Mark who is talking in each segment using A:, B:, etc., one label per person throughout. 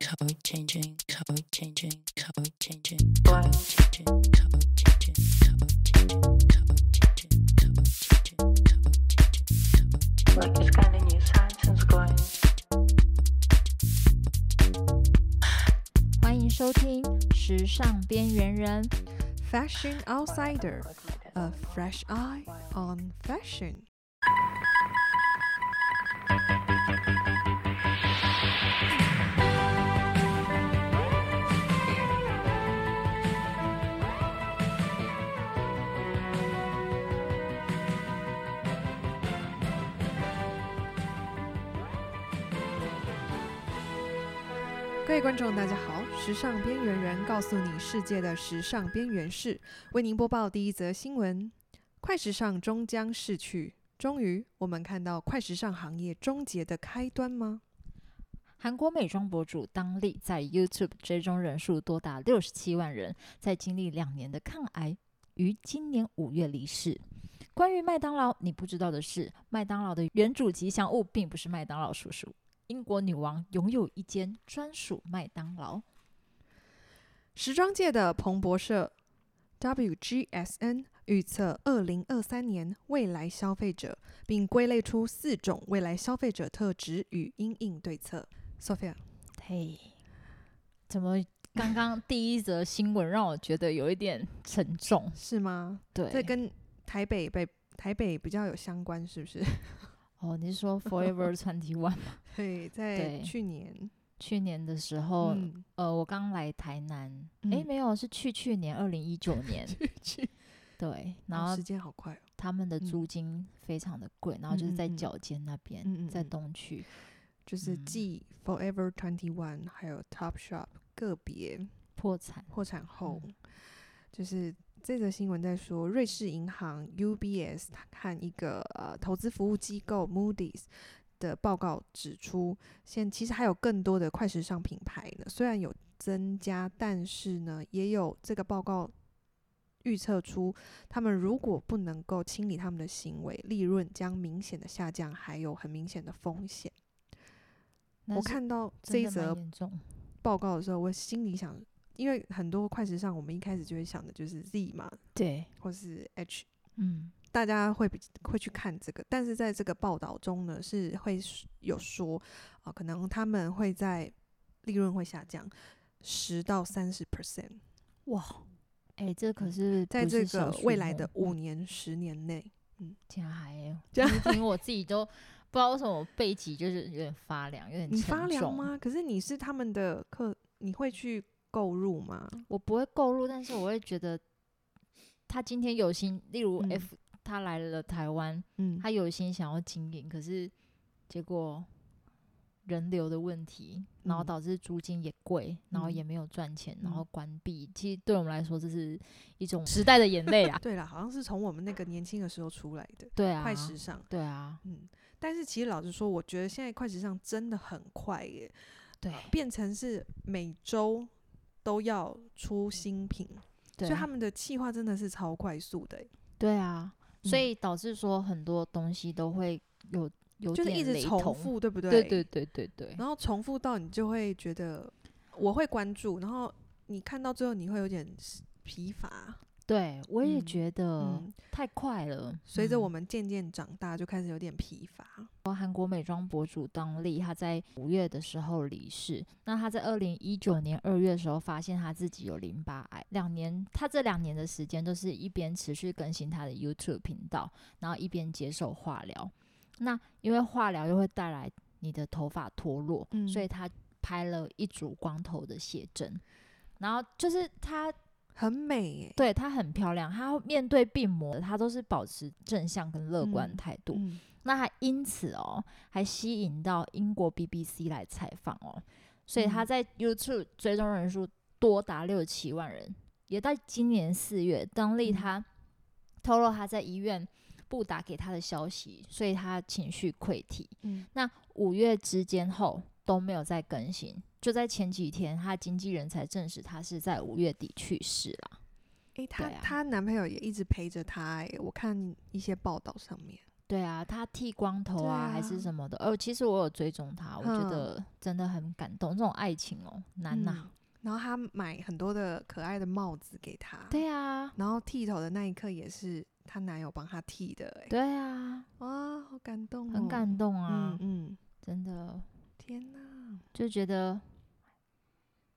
A: code changing, code changing, code changing, code changing, code changing, code changing, code changing, code changing, code changing, code changing. Like it's kind of new science is going.
B: 欢迎收听《时尚边缘人》，
C: Fashion Outsider, a fresh eye on fashion. 各位观众，大家好！时尚边缘人告诉你世界的时尚边缘事，为您播报第一则新闻：快时尚终将逝去。终于，我们看到快时尚行业终结的开端吗？
B: 韩国美妆博主当利在 YouTube 追踪人数多达六十七万人，在经历两年的抗癌，于今年五月离世。关于麦当劳，你不知道的是，麦当劳的原主吉祥物并不是麦当劳叔叔。英国女王拥有一间专属麦当劳。
C: 时装界的彭博社 WGSN 预测，二零二三年未来消费者，并归类出四种未来消费者特质与因应对策。Sophia，
B: 嘿，怎么刚刚第一则新闻让我觉得有一点沉重？
C: 是吗？
B: 对，
C: 这跟台北北台北比较有相关，是不是？
B: 哦，你是说 Forever Twenty One？
C: 对，在
B: 对
C: 去年，
B: 去年的时候，
C: 嗯，
B: 呃，我刚来台南，
C: 嗯
B: 诶，没有，是去去年二零一 九年，
C: 去
B: 对，然
C: 然后
B: 后
C: 时间好快哦。
B: 他们的
C: 嗯
B: 租金非常的贵，然后就是在
C: 嗯嗯嗯
B: 角尖那边，
C: 嗯嗯
B: 在
C: 嗯
B: 东区，
C: 就是
B: 嗯
C: 继 Forever Twenty One 还有 Top Shop 个别
B: 破产，
C: 破产后，
B: 嗯
C: 就是这则新闻在说，瑞士银行 UBS 和一个呃投资服务机构 Moody's 的报告指出，现其实还有更多的快时尚品牌呢，虽然有增加，但是呢，也有这个报告。预测出，他们如果不能够清理他们的行为，利润将明显的下降，还有很明显的风险。
B: 那
C: 我
B: 是
C: 看到
B: 真
C: 这一
B: 的蛮
C: 则
B: 严重，
C: 报告的时候，我心里想，因为很多快时尚，我们一开始就会想的就是 Z 嘛，
B: 对，
C: 或是 H，
B: 嗯，
C: 大家会比会去看这个。但是在这个报道中呢，是会说有说啊、可能他们会在利润会下降十到三十 percent，
B: 哇，诶，这可是
C: 嗯在
B: 不
C: 这
B: 是小
C: 个
B: 数哦嗯
C: 未来
B: 目
C: 的五年、十年内。
B: 天还 有，
C: 加
B: 我听我自己都不知道为什么我背脊就是有点发凉，有点
C: 你发
B: 沉
C: 凉
B: 重？
C: 吗？可是你是他们的客，你会去购入吗？
B: 我不会购入，但是我会觉得他今天有心，例如
C: 嗯
B: F、他来了台湾，
C: 嗯，
B: 他有心想要经营，可是结果人流的问题，然后
C: 嗯
B: 导致租金也贵，然后也
C: 嗯
B: 没有赚钱，然后
C: 嗯！
B: 关闭。其实对我们来说，这是一种时代的眼泪啊
C: 对了，好像是从我们那个年轻的时候出来的、
B: 对啊，
C: 快时尚。
B: 对啊，
C: 嗯，但是其实老实说，我觉得现在快时尚真的很快耶，
B: 对
C: 变成是每周都要出新品，
B: 对，
C: 所以他们的企划真的是超快速的耶，
B: 对啊，所
C: 嗯
B: 以导致说很多东西都会有有
C: 就是
B: 点
C: 一直
B: 雷
C: 重
B: 同，
C: 复，对不对？
B: 对对对对对，
C: 然后重复到你就会觉得我会关注，然后你看到最后你会有点疲乏。
B: 对我也
C: 嗯
B: 觉得
C: 嗯，
B: 太快了。
C: 随着
B: 嗯
C: 我们渐渐长大，就开始有点疲乏。
B: 韩国美妆博主当利，她在五月的时候离世。那她在二零一九年二月的时候发现她自己有淋巴癌，两年，她这两年的时间都是一边持续更新她的 YouTube 频道，然后一边接受化疗。那因为化疗又会带来你的头发脱落，
C: 嗯
B: 所以她拍了一组光头的写真。然后就是她
C: 很美耶，
B: 对她很漂亮，她面对病魔，她都是保持正向跟乐观
C: 嗯
B: 态度。
C: 嗯
B: 那还因此哦，还吸引到英国 BBC 来采访哦，所以他
C: 嗯
B: 在 YouTube 追踪人数多达六七万人，也在今年四月，当利
C: 嗯
B: 他透露他在医院布达给他的消息，所以他情绪溃堤。
C: 嗯
B: 那五月之间后都没有再更新，就在前几天，他经纪人才证实他是在五月底去世啦。
C: 诶，她
B: 对啊
C: 她、男朋友也一直陪着她，诶，我看一些报道上面，
B: 对啊，他剃光头
C: 对
B: 啊，还
C: 啊
B: 是什么的。哦，其实我有追踪他，我觉
C: 嗯
B: 得真的很感动，这种爱情哦，难呐、
C: 嗯然后他买很多的可爱的帽子给她，
B: 对啊，
C: 然后剃头的那一刻也是她男友帮她剃的、欸，
B: 对啊，
C: 哇，好感动、哦，
B: 很感动啊，
C: 嗯嗯，
B: 真的
C: 天哪，
B: 就觉得，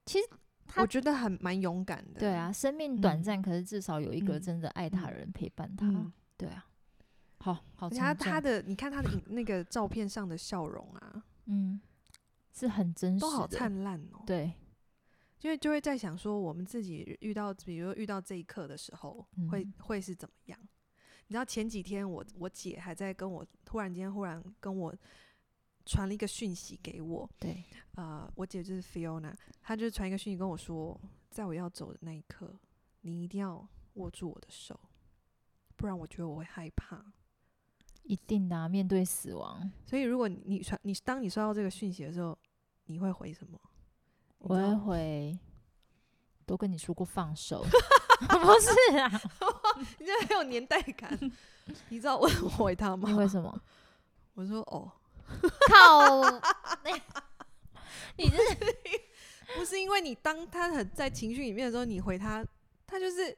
B: 其实他
C: 我觉得很蛮勇敢的，
B: 对啊，，生命短
C: 嗯
B: 暂，可是至少有一个
C: 嗯
B: 真的爱他
C: 嗯
B: 人陪伴他。
C: 嗯，
B: 对啊，好好
C: 而且
B: 沉
C: 她
B: 重，
C: 她的你看她的影那个照片上的笑容啊，
B: 嗯，是很真实
C: 都好
B: 的。
C: 灿烂哦，
B: 对，
C: 因为就会在想说，我们自己遇到，比如说遇到这一刻的时候，会
B: 嗯
C: 会是怎么样？你知道前几天我我姐还在跟我突然间忽然跟我传了一个讯息给我，
B: 对，
C: 呃，我姐就是 Fiona，她就传一个讯息跟我说，在我要走的那一刻，你一定要握住我的手，不然我觉得我会害怕。
B: 一定的、啊，面对死亡，
C: 所以如果你你传你当你收到这个讯息的时候，你会回什么？你
B: 我
C: 知
B: 也
C: 道
B: 会都跟你说过放手，不是 啊？
C: 你这很有年代 感，你知道我我回她吗
B: 你？为什么？
C: 我说哦。
B: 靠！你这是
C: 不是因为你当他很在情绪里面的时候，你回他，他就是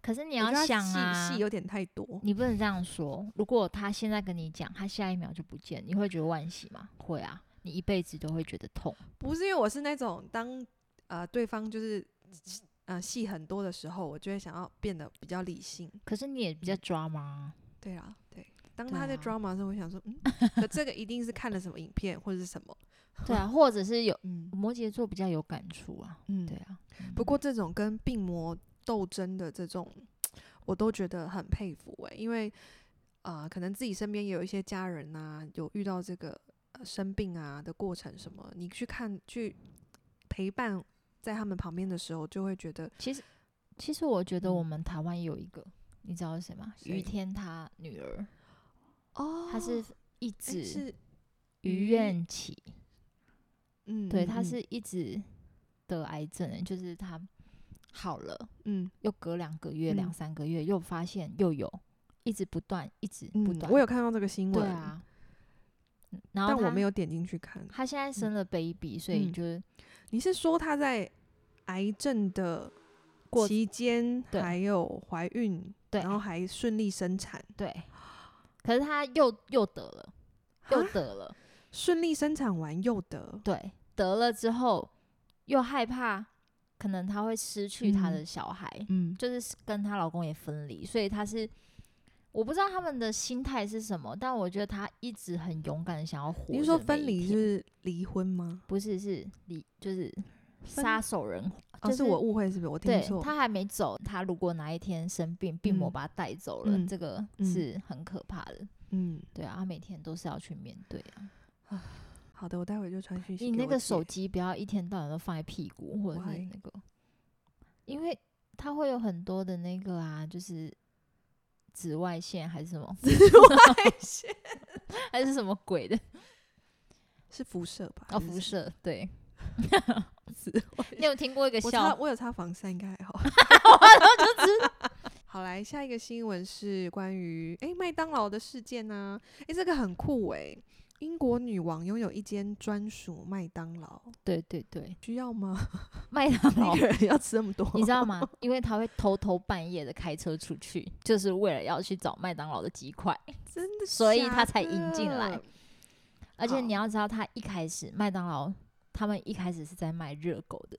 B: 可是你
C: 你
B: 要想啊
C: 戏，戏有点太多。
B: 你不能这样说。如果他现在跟你讲，他下一秒就不见，你会觉得惋惜吗？会啊，你一辈子都会觉得痛。
C: 不是因为我是那种当呃对方就是呃戏很多的时候，我就会想要变得比较理性。
B: 可是你也比较抓吗？
C: 对啊，对。当
B: 对
C: 他在
B: 啊
C: drama 的时候，我想说，嗯，可这个一定是看了什么影片或者是什么，
B: 对啊，或者是有
C: 嗯
B: 摩羯座比较有感触啊。
C: 嗯，
B: 对。啊，
C: 不过这种跟病魔斗争的这种，我都觉得很佩服诶、因为啊、呃可能自己身边也有一些家人呐、有遇到这个、呃、生病啊的过程什么，你去看去陪伴在他们旁边的时候，就会觉得
B: 其实其实我觉得我
C: 嗯
B: 们台湾有一个，你知道是谁吗？于
C: 谁
B: 天他女儿，
C: 哦
B: 她是一
C: 诶
B: 直
C: 是
B: 于
C: 于
B: 愿起，
C: 嗯，
B: 对，
C: 嗯
B: 她
C: 嗯
B: 是一直得癌症的，就是她好了，
C: 嗯
B: 又隔两个月、两
C: 嗯
B: 三个月又发现又有，一直不断，一直不
C: 嗯，
B: 断。
C: 我有看到这个新闻，
B: 对，啊，嗯然后
C: 但我
B: 她
C: 没有点进去看。
B: 她现在生了 baby，所以
C: 嗯
B: 就是
C: 你是说他在癌症的
B: 过
C: 期间，
B: 对
C: 还有怀孕，
B: 对
C: 然后还顺利生产？
B: 对，可是她又又得了，又
C: 啊
B: 得了。
C: 顺利生产完又得，
B: 对，得了之后又害怕，可能她会失去她的
C: 嗯
B: 小孩，
C: 嗯，
B: 就是跟她老公也分离，所以她是我不知道他们的心态是什么，但我觉得她一直很勇敢的想要活着每一天。
C: 你是说分离就是离婚吗？
B: 不是是离就是
C: 分
B: 杀手人？就
C: 哦，
B: 是
C: 是我误会是不是？我听
B: 对
C: 错。
B: 她还没走，她如果哪一天生病，病魔
C: 嗯
B: 把她带走了，
C: 嗯
B: 这个
C: 嗯
B: 是很可怕的。
C: 嗯，
B: 对啊，她每天都是要去面对啊。
C: 好的，我待会就传讯息。
B: 你那个手，机不要一天到晚都放在屁股，或者是
C: Why？
B: 那个，因为它会有很多的那个啊，就是紫外线还是什么紫外线， 还是什么鬼的
C: 是辐射吧？
B: 哦，
C: 还是
B: 辐射。对，
C: 什么 紫外
B: 你有听过一个
C: 我擦，
B: 笑？
C: 我有擦防晒，应该还好。 好来，下一个新闻是关于诶麦当劳的事件呢、啊。诶，这个很酷诶，英国女王拥有一间专属麦当劳，
B: 对对对，
C: 需要 吗？
B: 麦当劳
C: 一，个人要吃那么多？
B: 你知道 吗？因为他会偷偷半夜的开车出去，就是为了要去找麦当劳的鸡块，
C: 真的假的？
B: 所以他才引进来。而且
C: 好
B: 你要知道，他一开始麦当劳他们一开始是在卖热狗的。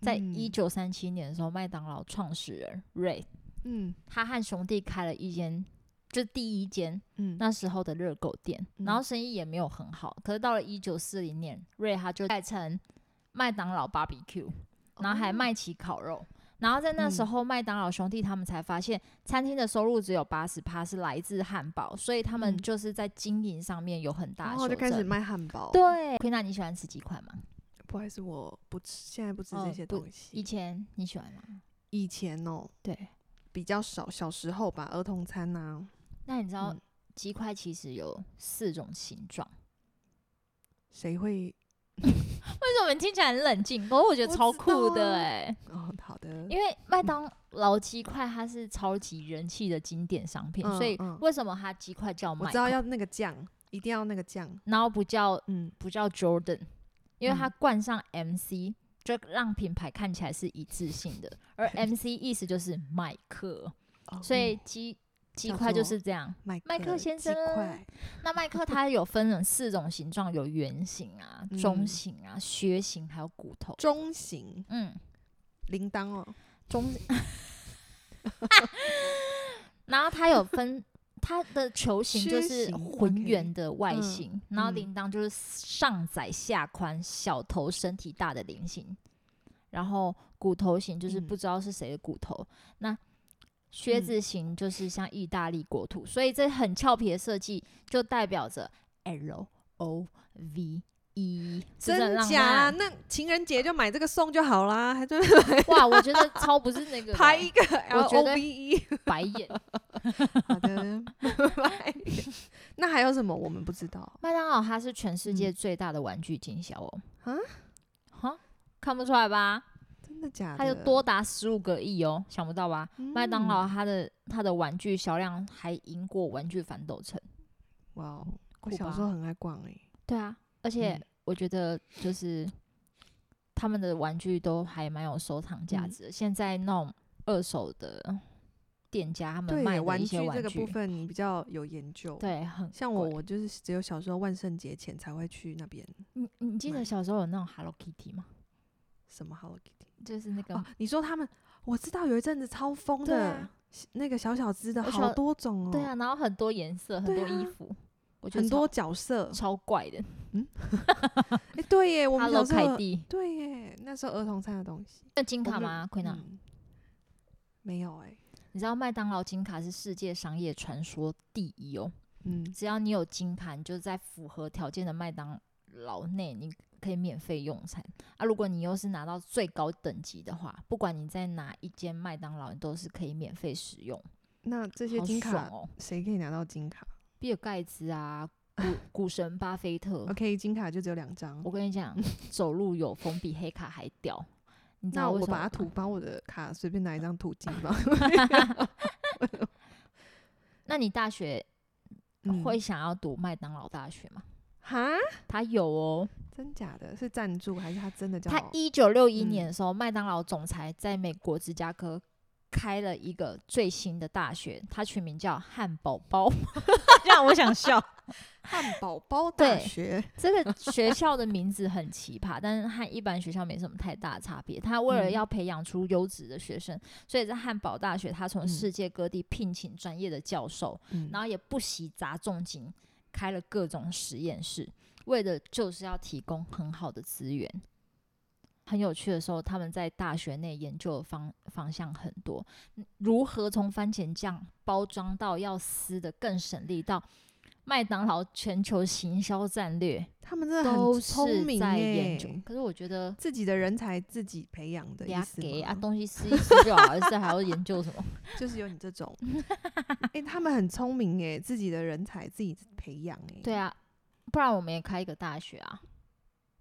B: 在
C: 嗯
B: 一九三七年的时候，麦当劳创始人 Ray
C: 嗯
B: 他和兄弟开了一间，就第一间
C: 嗯
B: 那时候的热狗店，
C: 嗯
B: 然后生意也没有很好。可是到了一九四零年，Ray 他就改成麦当劳 Barbecue，然后还
C: 哦
B: 卖起烤肉。然后在那时
C: 嗯
B: 候，麦当劳兄弟他们才发现，餐厅的收入只有八十趴是来自汉堡，所以他们
C: 嗯
B: 就是在经营上面有很大
C: 然
B: 的
C: 后
B: 修
C: 就开始
B: 正。
C: 卖汉堡。
B: 对，奎娜，你喜欢吃鸡块吗？
C: 不好意思，我不吃，现在不吃
B: 哦
C: 这些
B: 不
C: 东
B: 以
C: 西。
B: 前你喜欢吗？
C: 以前哦，
B: 对，
C: 比较少，小时候吧，儿童餐呐、
B: 那你知道
C: 嗯
B: 鸡块其实有四种形状？
C: 谁会？
B: 为什么你听起来很冷静？可是我觉得
C: 我
B: 超
C: 知道
B: 酷的
C: 啊
B: 哎、
C: 哦，好的，
B: 因为麦当老鸡块它是超级人气的经典商品，
C: 嗯
B: 所以
C: 嗯
B: 为什么它鸡块叫
C: 我
B: 麦
C: 知道
B: 块，
C: 要那个酱，一定要那个酱，
B: 然后不叫
C: 嗯，
B: 不叫 Jordan，因为它
C: 嗯
B: 冠上 MC，、就让品牌看起来是一致性的， 而 MC 意思就是麦克，所以鸡鸡
C: 叫
B: 块就
C: 做
B: 是这样。
C: 哦嗯麦
B: 麦克先生
C: 鸡块，
B: 那麦克它有分成四种形状，有圆形啊、中
C: 嗯
B: 型啊、靴形，还有骨头。
C: 中型
B: 嗯，
C: 铃铛哦，
B: 中。然后它有分它的球形就
C: 靴
B: 是
C: 形
B: 浑
C: OK
B: 圆的外
C: 嗯
B: 形，然后
C: 嗯
B: 铃铛就是上窄下宽，小头身体大的菱形。然后骨头型就是
C: 嗯
B: 不知道是谁的骨头，那靴
C: 嗯
B: 子型就是像意大利国土，所以这很俏皮的设计就代表着 L O V E，是不是很
C: 真
B: 浪
C: 假啦？
B: 漫
C: 那情人节就买这个送就好啦， 还就
B: 哇，我觉得超不是那个的
C: 拍一个 L
B: 我觉
C: O
B: 得
C: V E。
B: 白眼，
C: 好的，拜 拜。那还有什么我们不知道？
B: 麦当劳它是全世界
C: 嗯
B: 最大的玩具经销哦。
C: 啊
B: 哈，看不出来吧？
C: 真的假的？
B: 它有多达十五个亿哦，想不到吧？麦当
C: 嗯
B: 劳它的它的玩具销量还赢过玩具反斗城。
C: 哇哦！我
B: 酷
C: 小
B: 吧
C: 时候很爱逛欸诶、
B: 对啊，而且
C: 嗯
B: 我觉得就是他们的玩具都还蛮有收藏价
C: 嗯
B: 值的。现在那种二手的店家，他们卖
C: 对，
B: 的
C: 玩
B: 一
C: 具
B: 些玩
C: 这个部
B: 具，
C: 分你比较有研究。，
B: 对，很
C: 像我，
B: 贵
C: 我就是只有小时候万圣节前才会去那边
B: 你你记得
C: 买
B: 小时候有那种 Hello Kitty 吗？
C: 什么 Hello Kitty。
B: 就是那个
C: 哦，你说他们，我知道有一阵子超疯
B: 对
C: 的、
B: 啊
C: 那个小小只的，
B: 我
C: 好
B: 小
C: 多种哦，
B: 对啊，然后很多颜色，很
C: 对
B: 多衣
C: 啊
B: 服，我觉得
C: 很
B: 超
C: 多角色。
B: 超怪的。
C: 哎、对耶，我们
B: Hello
C: 小时
B: 凯
C: 候
B: 蒂，
C: 对耶，那时候儿童餐的东西。
B: 那金
C: 我
B: 卡
C: 们
B: 吗？奎娜、
C: 嗯没有哎、
B: 你知道麦当劳金卡是世界商业传说第一哦。
C: 嗯，
B: 只要你有金卡，你就在符合条件的麦当劳内，你可以免费用餐啊。如果你又是拿到最高等级的话，不管你在哪一间麦当劳，你都是可以免费使用。
C: 那这些
B: 好
C: 金
B: 爽
C: 卡
B: 哦！
C: 谁、可以拿到金卡
B: 比尔盖茨啊，股股神巴菲特，
C: 哦？OK，金卡就只有两张
B: 我。跟你讲，走路有风比黑卡还屌。你知
C: 那
B: 道为
C: 我
B: 什么
C: 把它
B: 吗
C: 涂，把我的卡随便拿一张涂金吧。
B: 那你大学
C: 嗯
B: 会想要读麦当劳大学吗？
C: 哈？
B: 他有哦，
C: 真假的？是赞助还是他真的叫？
B: 他一九六一
C: 嗯
B: 年的时候，麦当劳总裁在美国芝加哥开了一个最新的大学，他取名叫汉堡包， 让我想笑。
C: 汉堡包
B: 对
C: 大学。
B: 这个学校的名字很奇葩，但是和一般学校没什么太大的差别。他为了
C: 嗯
B: 要培养出优质的学生，所以在汉堡大学，他从
C: 嗯
B: 世界各地聘请专业的教授，
C: 嗯
B: 然后也不惜砸重金开了各种实验室，为的就是要提供很好的资源。很有趣的时候，他们在大学内研究的方方向很多，嗯如何从番茄酱包装到要撕的更省力，到麦当劳全球行销战略
C: 他们真的
B: 都
C: 很
B: 是
C: 聪明
B: 在研
C: 耶
B: 究。可是我觉 得
C: 自己的人才自己培养的
B: 给
C: 意
B: 啊
C: 思
B: 给啊，
C: 吗
B: 东西撕一撕就好了，这还要研究什么？
C: 就是有你这种。哎、他们很聪明耶，自己的人才自己培养 哎。
B: 对，啊，不然我们也开一个大学啊，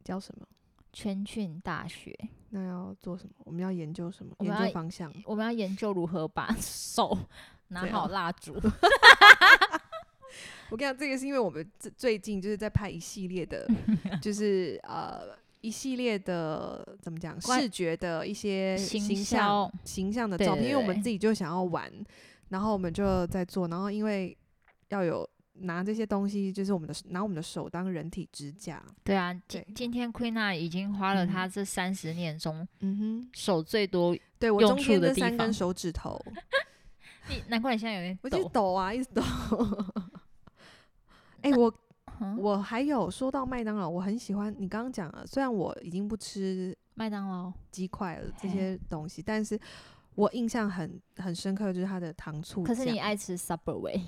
C: 教什么？
B: 全郡大学。
C: 那要做什么？我们要研究什么？
B: 我们
C: 研
B: 要
C: 究方向。
B: 我们要研究如何 把手拿
C: 对啊
B: 好蜡烛。
C: 我跟你讲，这个是因为我们最最近就是在拍一系 列的，就是呃一系列的怎么讲
B: 关
C: 视觉的一些
B: 行
C: 形
B: 销
C: 象形象的
B: 对
C: 照片，
B: 对
C: 因为我
B: 对
C: 们自己就想要玩，然后我们就在做，然后因为要有拿这些东西，就是我们的拿我们的手当人体支架，
B: 对啊，今
C: 对
B: 今天 Queen a 已经花了
C: 嗯
B: 她这三十年中
C: 嗯哼，
B: 手最多，
C: 对我
B: 用
C: 中
B: 处
C: 间
B: 的
C: 这
B: 地
C: 三
B: 方
C: 根手指 头，
B: 你难怪你现在有点
C: 我一直
B: 抖。
C: 抖 啊，一直抖。哎、我
B: 嗯
C: 我还有说到麦当劳，我很喜欢你刚刚讲了，虽然我已经不吃
B: 麦当劳
C: 鸡块了这
B: 嘿
C: 些东西，但是我印象很很深刻，就是它的糖醋
B: 可
C: 酱。
B: 是你爱吃 Subway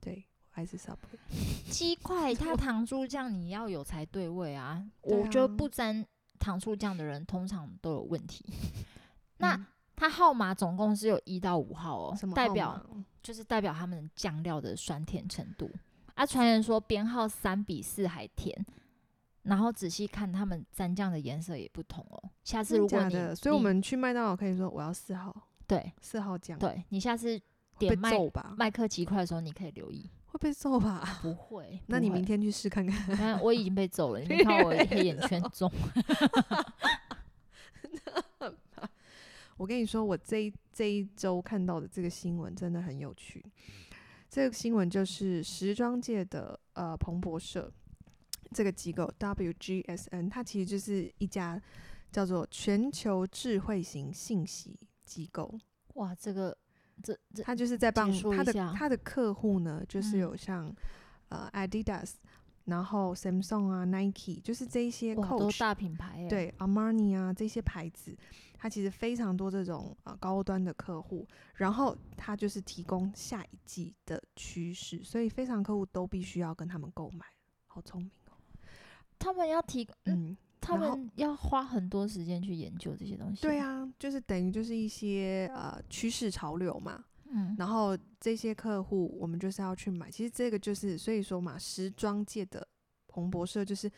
C: 对，我爱吃 Subway。
B: 鸡块，它 糖醋酱你要有才对味啊！
C: 对
B: 我觉得
C: 啊
B: 不沾糖醋酱的人通常都有问 题。那
C: 嗯
B: 它号码总共是有一到五号哦
C: 什，么
B: 代
C: 号
B: 表
C: 码
B: 就是代表他们酱料的酸甜程度。啊，传言说编号三比四还甜，然后仔细看他们蘸酱的颜色也不同哦。下次
C: 真
B: 如
C: 的
B: 果
C: 假
B: 你，
C: 的？所以我
B: 你
C: 们去麦当劳可以说我要四号，
B: 对
C: 四号酱，，
B: 对，你下次
C: 会被
B: 点麦
C: 揍吧？
B: 麦克鸡块的时候，你可以留 意。
C: 会被揍 吧？
B: 不会，
C: 那
B: 不
C: 你
B: 会
C: 明天去试看看。
B: 你看我已经被揍了，你看我黑眼圈重。
C: 我跟你说，我这一这一周看到的这个新闻真的很有趣。这个新闻就是时装界的呃彭博社这个机构 WGSN，它其实就是一家叫做全球智慧型信息机构。
B: 哇，这个这这
C: 它就是在帮
B: 述
C: 它
B: 一
C: 的
B: 下
C: 它的客户呢，就
B: 嗯
C: 是有像、呃 Adidas，然后 Samsung 啊 Nike，就是这一些
B: 哇都
C: Coach
B: 大品牌耶，
C: 对 Armani 啊这些牌子，它其实非常多这种啊、呃高端的客户，然后它就是提供下一季的趋势，所以非常客户都必须要跟他们购买，好聪明哦。
B: 他们要提，嗯，
C: 嗯，
B: 他
C: 然后
B: 们要花很多时间去研究这些东西。
C: 对，啊，就是等于就是一些呃趋势潮流嘛，
B: 嗯，
C: 然后这些客户我们就是要去买，其实这个就是所以说嘛，时装界的彭博社就是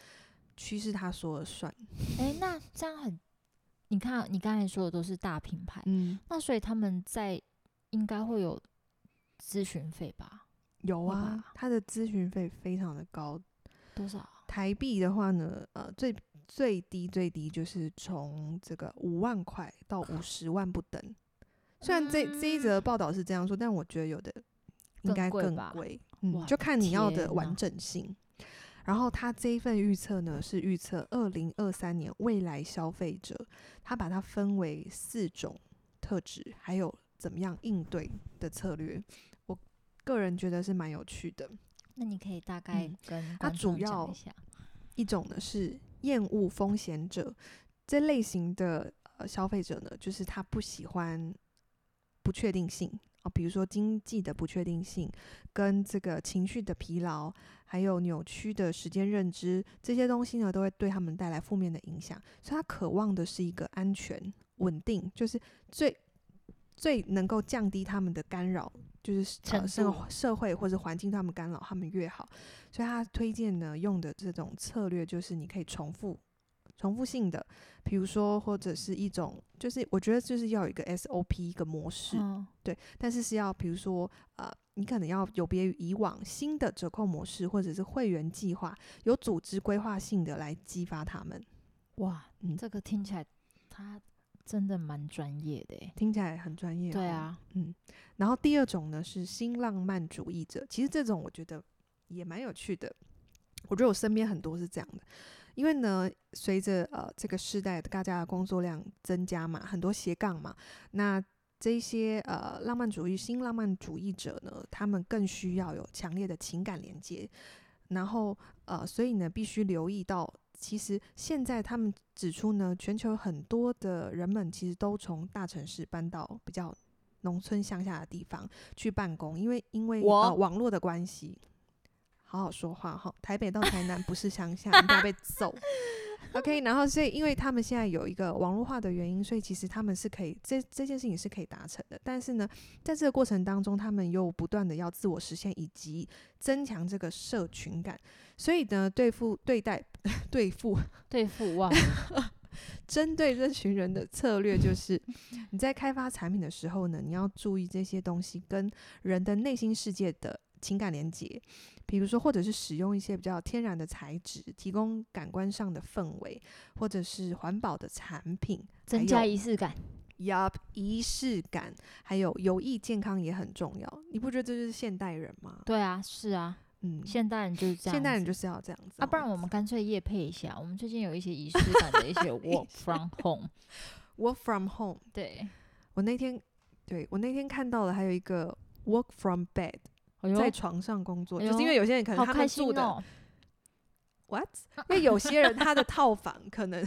C: 趋势他说了算，
B: 哎，那这样很，你看啊你刚才说的都是大品牌，
C: 嗯，
B: 那所以他们在应该会有咨询费吧？
C: 有
B: 会
C: 啊
B: 吧，
C: 他的咨询费非常的高，
B: 多少啊？
C: 台币的话呢，呃，最最低最低就是从这个五万块到五十万不等。虽然这这一则报道是这样说，但我觉得有的
B: 嗯
C: 应
B: 更
C: 该
B: 贵
C: 更
B: 吧
C: 贵，嗯
B: 哇，
C: 就看你要的
B: 天
C: 完
B: 哪
C: 整性。然后他这一份预测呢，是预测二零二三年未来消费者，他把它分为四种特质，还有怎么样应对的策略。我个人觉得是蛮有趣的。
B: 那你可以大概
C: 嗯
B: 跟
C: 它
B: 观
C: 主
B: 众讲
C: 要
B: 一下。
C: 一种呢是厌恶风险者，这类型的呃消费者呢，就是他不喜欢不确定性啊、比如说经济的不确定性，跟这个情绪的疲劳，还有扭曲的时间认知，这些东西呢，都会对他们带来负面的影响。所以，他渴望的是一个安全、稳定，就是最最能够降低他们的干扰，就是
B: 程
C: 呃、社
B: 度
C: 社会或者环境对他们干扰，他们越好。所以，他推荐呢用的这种策略，就是你可以重复。重复性的，比如说或者是一种，就是我觉得就是要有一个 SOP 一个模式，
B: 嗯，
C: 对，但是是要比如说呃，你可能要有别于以往新的折扣模式或者是会员计划，有组织规划性的来激发他们。
B: 哇，
C: 嗯
B: 这个听起来他真的蛮专业的耶。
C: 听起来很专业、
B: 对，啊，
C: 嗯。然后第二种呢是新浪漫主义者，其实这种我觉得也蛮有趣的。我觉得我身边很多是这样的，因为呢，随着呃这个时代大家的工作量增加嘛，很多斜杠嘛，那这一些呃浪漫主义新浪漫主义者呢，他们更需要有强烈的情感连接，然后呃，所以呢，必须留意到，其实现在他们指出呢，全球很多的人们其实都从大城市搬到比较农村乡下的地方去办公，因为因为
B: 我
C: 呃网络的关系。好好说话哈，台北到台南不是乡下，你不要被揍。OK，然后所以因为他们现在有一个网络化的原因，所以其实他们是可以这这件事情是可以达成的。但是呢，在这个过程当中，他们又不断的要自我实现以及增强这个社群感，所以呢，对付对待 对付
B: 对付 哇，
C: 针对这群人的策略就是，你在开发产品的时候呢，你要注意这些东西跟人的内心世界的情感连接，比如说，或者是使用一些比较天然的材质，提供感官上的氛围，或者是环保的产品，
B: 增加
C: 有
B: 仪式感。
C: yup 仪式感，还有有益健康也很重要。你不觉得这就是现代人吗？
B: 对啊，是啊，
C: 嗯，
B: 现代人就是这样子。
C: 现代人就是要这样子哦
B: 啊，不然我们干脆夜配一下。我们最近有一些仪式感的一 些 work from home。
C: work from home。
B: 对，
C: 我那天对我那天看到了，还有一个 work from bed，、
B: 哎呦
C: 在床上工作，
B: 哎
C: 就是因
B: 呦
C: 为有些人可能
B: 好
C: 他
B: 开
C: 们
B: 心
C: 住的，
B: 哦！
C: 因为有些人他的套房可能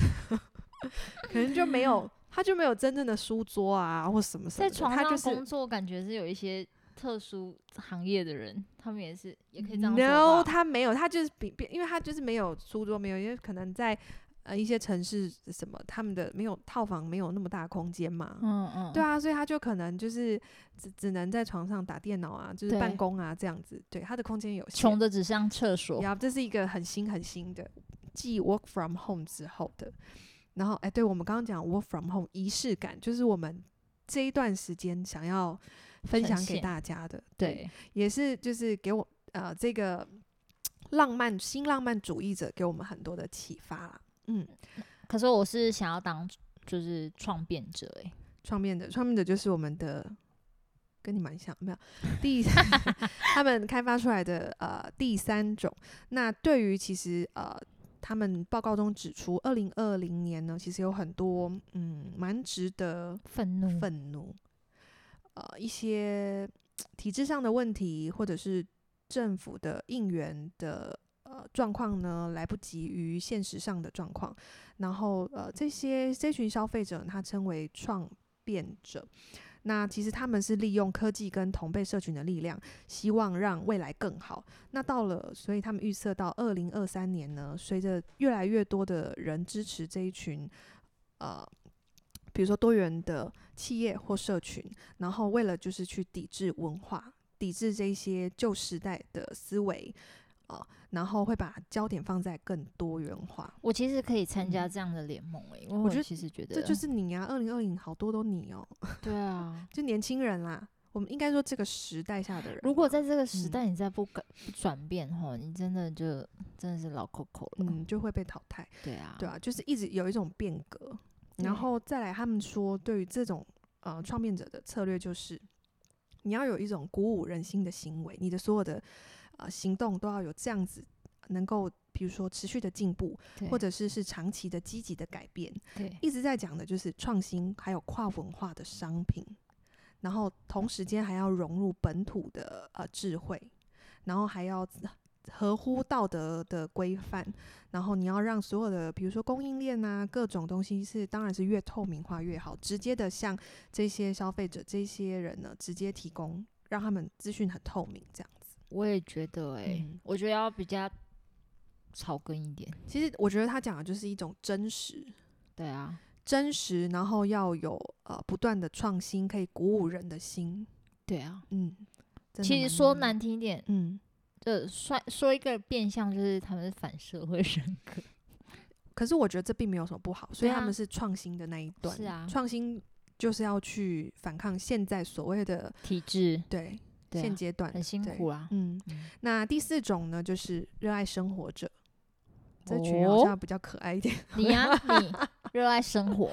C: 可能就 没有，他就没有真正的书桌啊或什么什么
B: 在
C: 的，
B: 床
C: 他就
B: 上
C: 是
B: 工。作，感觉是有一些特殊行业的人，他们也是也可以这样说吧。
C: No，他没有，他就是比比，因为他就是没有书桌，没有，因为可能在呃一些城市什么，他们的没有套房，没有那么大空间嘛。
B: 嗯嗯，
C: 对啊，所以他就可能就是只只能在床上打电脑啊，就是
B: 对
C: 办公啊这样子。对，他的空间有限
B: 穷。的只上厕所。
C: 呀，这是一个很新很新的，继 work from home 之后的。然后，哎，对我们刚刚讲 work from home 仪式感，就是我们这一段时间想要分
B: 呈
C: 享给
B: 现
C: 大家的，
B: 对，
C: 也是就是给我呃这个浪漫新浪漫主义者给我们很多的启发啦。嗯，
B: 可是我是想要当就是创变者哎、
C: 创变者，创变者就是我们的跟你蛮像，没有 第他们开发出来的呃第三种。那对于其实呃。他们报告中指出，二零二零年呢，其实有很多嗯，蛮值得
B: 愤怒，
C: 愤怒，呃，一些体制上的问题，或者是政府的应援的呃状况呢，来不及于现实上的状况。然后呃，这些这群消费者，他称为创变者。那其实他们是利用科技跟同辈社群的力量，希望让未来更好。那到了，所以他们预测到二零二三年呢，随着越来越多的人支持这一群呃比如说多元的企业或社群，然后为了就是去抵制文化，抵制这一些旧时代的思维，呃，然后会把焦点放在更多元化。
B: 我其实可以参加
C: 嗯
B: 这样的联盟哎、因为
C: 我
B: 我
C: 觉得
B: 其实觉得
C: 这就是 你啊，二零二零好多都你哦，
B: 对啊。
C: 就年轻人啦。我们应该说这个时代下的人啦，
B: 如果在这个时
C: 嗯
B: 代你再不改不转变吼，你真的就真的是老 Coco 了。
C: 嗯就会被淘汰，
B: 对啊，嗯
C: 对啊，就是一直有一种变革。
B: 对
C: 然后再来，他们说对于这种呃创变者的策略，就是你要有一种鼓舞人心的行为，你的所有的呃行动都要有这样子，能够比如说持续的进步，
B: 对
C: 或者是是长期的积极的改变。
B: 对
C: 一直在讲的就是创新，还有跨文化的商品，然后同时间还要融入本土的呃智慧，然后还要合乎道德的规范，然后你要让所有的，比如说供应链啊，各种东西是当然是越透明化越好，直接的向这些消费者、这些人呢直接提供，让他们资讯很透明这样子。
B: 我也觉得哎、
C: 嗯
B: 我觉得要比较草根一点。
C: 其实我觉得他讲的就是一种真实，
B: 对啊，
C: 真实，然后要有呃不断的创新，可以鼓舞人的心。
B: 对啊。
C: 嗯，真的
B: 其
C: 蛮
B: 实说
C: 难
B: 难听一点，
C: 的，嗯，
B: 呃，算说一个变相就是他们是反社会人格。
C: 可是我觉得这并没有什么不好，所以
B: 对啊
C: 他们是创新的那一段，
B: 是啊
C: 创新就是要去反抗现在所谓的
B: 体制，
C: 对
B: 对啊
C: 现阶段
B: 很辛
C: 对
B: 苦啊。
C: 嗯
B: 嗯，
C: 那第四种呢，就是热爱生活者，这群人
B: 哦
C: 好像比较可爱一点。
B: 你 呀、你热爱生活，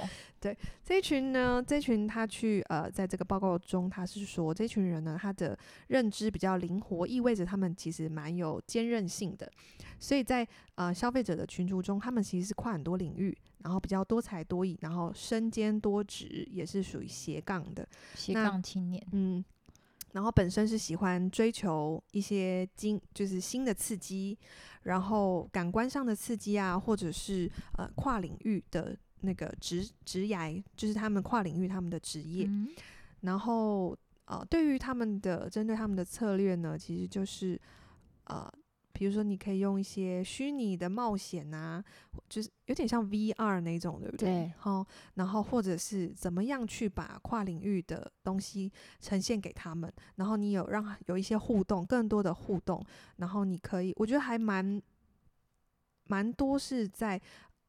C: 这一群呢，这群他去呃，在这个报告中，他是说这群人呢，他的认知比较灵活，意味着他们其实蛮有坚韧性的。所以在呃消费者的群组中，他们其实是跨很多领域，然后比较多才多艺，然后身兼多职，也是属于斜杠的。
B: 斜
C: 那
B: 杠青年。
C: 嗯，然后本身是喜欢追求一些经，就是新的刺激，然后感官上的刺激啊，或者是呃跨领域的那个职职涯，就是他们跨领域他们的职业。
B: 嗯，
C: 然后呃，对于他们的针对他们的策略呢，其实就是呃，比如说你可以用一些虚拟的冒险啊，就是有点像 VR 那种，对不
B: 对
C: 哦，然后或者是怎么样去把跨领域的东西呈现给他们，然后你有让有一些互动，更多的互动，然后你可以，我觉得还蛮蛮多是在。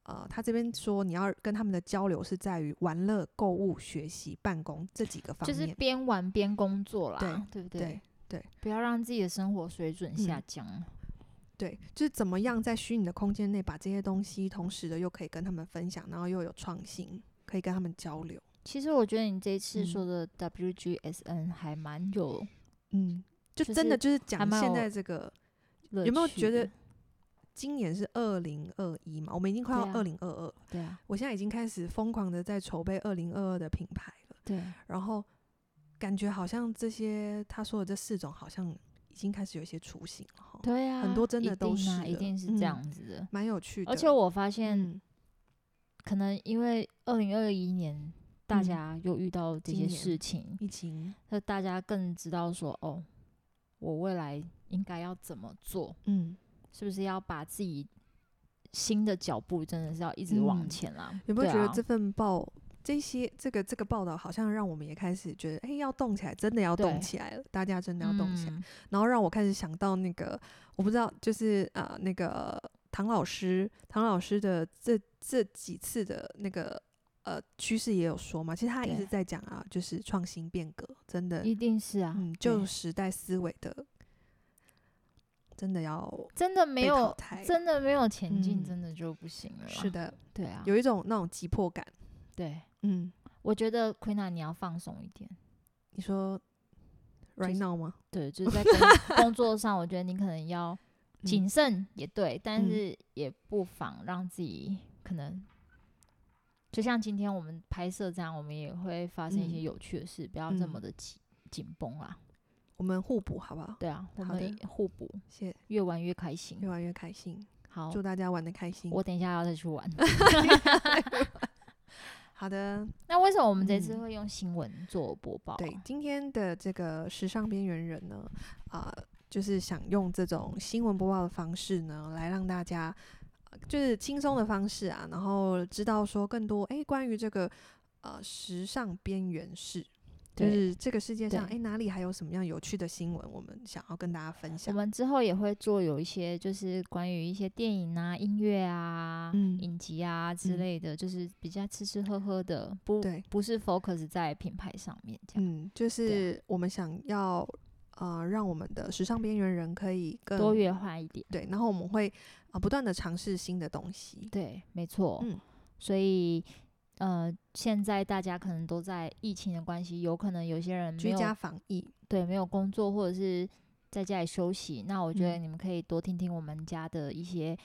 C: 呃，他这边说你要跟他们的交流是在于玩乐、购物、学习、办公这几个方
B: 就
C: 面。
B: 是边玩边工作啦，对不
C: 对
B: 不要让自己的生活水准下
C: 嗯
B: 降。
C: 对，就是怎么样在虚拟的空间内把这些东西，同时的又可以跟他们分享，然后又有创新，可以跟他们交流。
B: 其实我觉得你这一次
C: 嗯
B: 说的 WGSN 还蛮有
C: 嗯，就
B: 就
C: 真的
B: 是
C: 就是
B: 还
C: 讲
B: 蛮
C: 现
B: 有
C: 在这个，
B: 乐
C: 有没有
B: 趣
C: 觉
B: 的
C: 得？今年是二零二一嘛，我们已经快要
B: 对啊
C: 二零二二，
B: 对啊，
C: 我现在已经开始疯狂的在筹备二零二二的品牌了。
B: 对，
C: 然后感觉好像这些他说的这四种，好像已经开始有一些雏形了哈，
B: 对啊，
C: 很多真的
B: 一
C: 都
B: 定啊
C: 是
B: 一
C: 的
B: 定是
C: 嗯
B: 这样子的。
C: 蛮有趣的。
B: 而且我发现，
C: 嗯，
B: 可能因为二零二一年大
C: 嗯
B: 家又遇到这
C: 今
B: 些
C: 年
B: 事情，
C: 疫情，
B: 那大家更知道说，哦，我未来应该要怎么做，
C: 嗯，
B: 是不是要把自己新的脚步真的是要一直往
C: 嗯
B: 前啦？
C: 有没
B: 对
C: 有觉得
B: 啊
C: 这份报、这些这个这个报道，好像让我们也开始觉得，哎、要动起来，真的要
B: 对
C: 动起来了，大家真的要动起来。
B: 嗯
C: 然后让我开始想到那个，我不知道，就是呃，那个唐老师，唐老师的这这几次的那个。呃趋势也有说嘛，其实他一
B: 对
C: 直在讲啊，就是创新变革，真的，
B: 一定是啊，
C: 嗯，
B: 对
C: 旧时代思维的，真的要
B: 真的没
C: 被淘
B: 有，
C: 汰
B: 真的没有前进，
C: 嗯
B: 真的就不行了啦。
C: 是的，
B: 对啊，
C: 有一种那种急迫感，
B: 对，
C: 嗯，
B: 我觉得 Queen a 你要放松一点。
C: 你说 right
B: 是
C: now 吗？
B: 对， 就是在工工作上，我觉得你可能要
C: 嗯
B: 谨慎也对，但
C: 嗯
B: 是也不妨让自己可能，就像今天我们拍摄这样，我们也会发生一些
C: 嗯
B: 有趣的事，不要这么
C: 嗯
B: 的紧紧绷啦。
C: 我们互补好不好？
B: 对啊，我
C: 好
B: 们
C: 的
B: 互补，
C: 谢，
B: 越玩越开心
C: 越。玩越开心，
B: 嗯好，
C: 祝大家玩的开心。
B: 我等一下要再去 玩。
C: 好的，
B: 那为什么我们这次
C: 嗯
B: 会用新闻做播报？啊
C: 对今天的这个时尚边缘人呢，啊、就是想用这种新闻播报的方式呢，来让大家呃就是轻松的方式啊，然后知道说更多诶关于这个呃时尚边缘事。就
B: 对
C: 是这个世界上，
B: 对
C: 诶哪里还有什么样有趣的新闻，我们想要跟大家分
B: 我
C: 享。
B: 们之后也会做有一些就是关于一些电影啊、音乐啊、
C: 嗯
B: 影集啊之
C: 嗯
B: 类的，就是比较吃吃喝喝的，不
C: 对
B: 不是 focus 在品牌上面这样，
C: 嗯，就是我们想要呃，让我们的时尚边缘人可以更
B: 多元化一点。
C: 嗯对，然后我们会啊、呃不断的尝试新的东西。
B: 对，没错。
C: 嗯
B: 所以呃，现在大家可能都在疫情的关系，有可能有些人没
C: 居家
B: 有
C: 防疫，
B: 对没有工作，或者是在家里休息。那我觉得
C: 嗯
B: 你们可以多听听我们家的一些。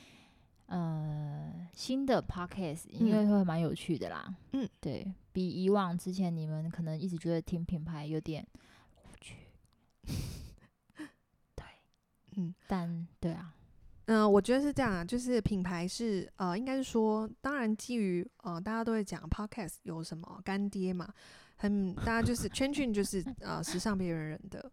B: 呃，新的 podcast 因为会蛮有趣的啦，
C: 嗯，
B: 对比以往之前你们可能一直觉得听品牌有点无 趣，对，
C: 嗯，
B: 但对啊，
C: 嗯、我觉得是这样啊，就是品牌是呃，应该是说，当然基于呃，大家都会讲 podcast 有什么干爹嘛，很大家就是圈圈就是呃，时尚边缘人的，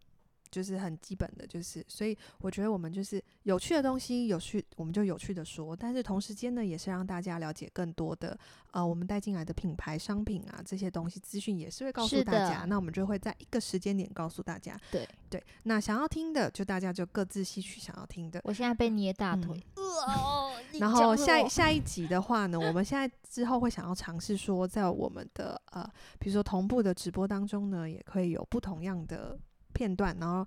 C: 就是很基本的，就是所以我觉得我们就是有趣的东西，有趣我们就有趣的说，但是同时间呢，也是让大家了解更多的呃，我们带进来的品牌商品啊这些东西资讯也是会告诉
B: 是
C: 大
B: 的
C: 家，那我们就会在一个时间点告诉大家，
B: 对
C: 对，那想要听的就大家就各自吸取想要听的。
B: 我现在被捏大
C: 嗯
B: 腿， 哦，你
C: 然
B: 讲
C: 后
B: 了
C: 下一
B: 我
C: 下一集的话 呢，我们现在之后会想要尝试说，在我们的呃，比如说同步的直播当中呢，也可以有不同样的片段，然后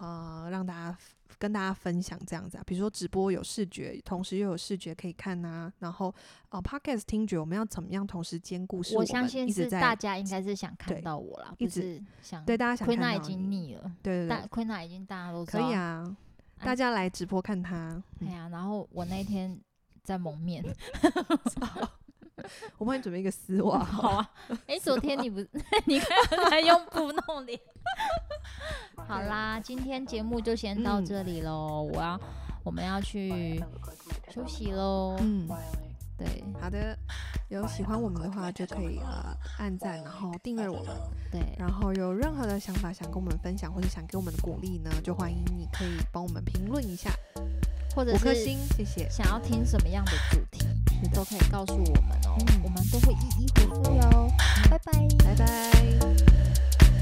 C: 呃，让大家跟大家分享这样子啊。比如说直播有视觉，同时又有视觉可以看啊。然后呃，podcast 听觉，我们要怎么样同时兼顾？是
B: 我
C: 们
B: 相信
C: 一直
B: 是大
C: 在
B: 家应该是想看
C: 对
B: 到我啦，
C: 一
B: 不
C: 直
B: 是想
C: 对大家想
B: 昆
C: 看
B: 娜
C: 到
B: 已经
C: 你，
B: 腻了，
C: 对对
B: 大
C: 对，
B: 昆娜已经大家都知
C: 可
B: 道
C: 以。啊，
B: 啊
C: 大家来直播 看他。
B: 哎呀，然后我那天在蒙面，
C: 我帮你准备一个丝袜，
B: 好啊。哎，昨天你不， 你看还用布弄 脸。好啦，今天节目就先到
C: 啊嗯
B: 这里喽。我要，我们要去休息喽。
C: 嗯。
B: 对
C: 好的，有喜欢我们的话就可以呃按赞，然后订阅我们。
B: 对，
C: 然后有任何的想法想跟我们分享，或者想给我们的鼓励呢，就欢迎你可以帮我们评论一下，
B: 或者
C: 五颗
B: 是
C: 星，谢谢。
B: 想要听什么样的主题，你都可以告诉我们哦
C: 嗯，
B: 我们都会一一回复哟。拜拜。
C: 拜拜。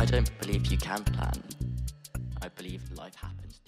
A: I don't believe you can plan. I believe life happens to you.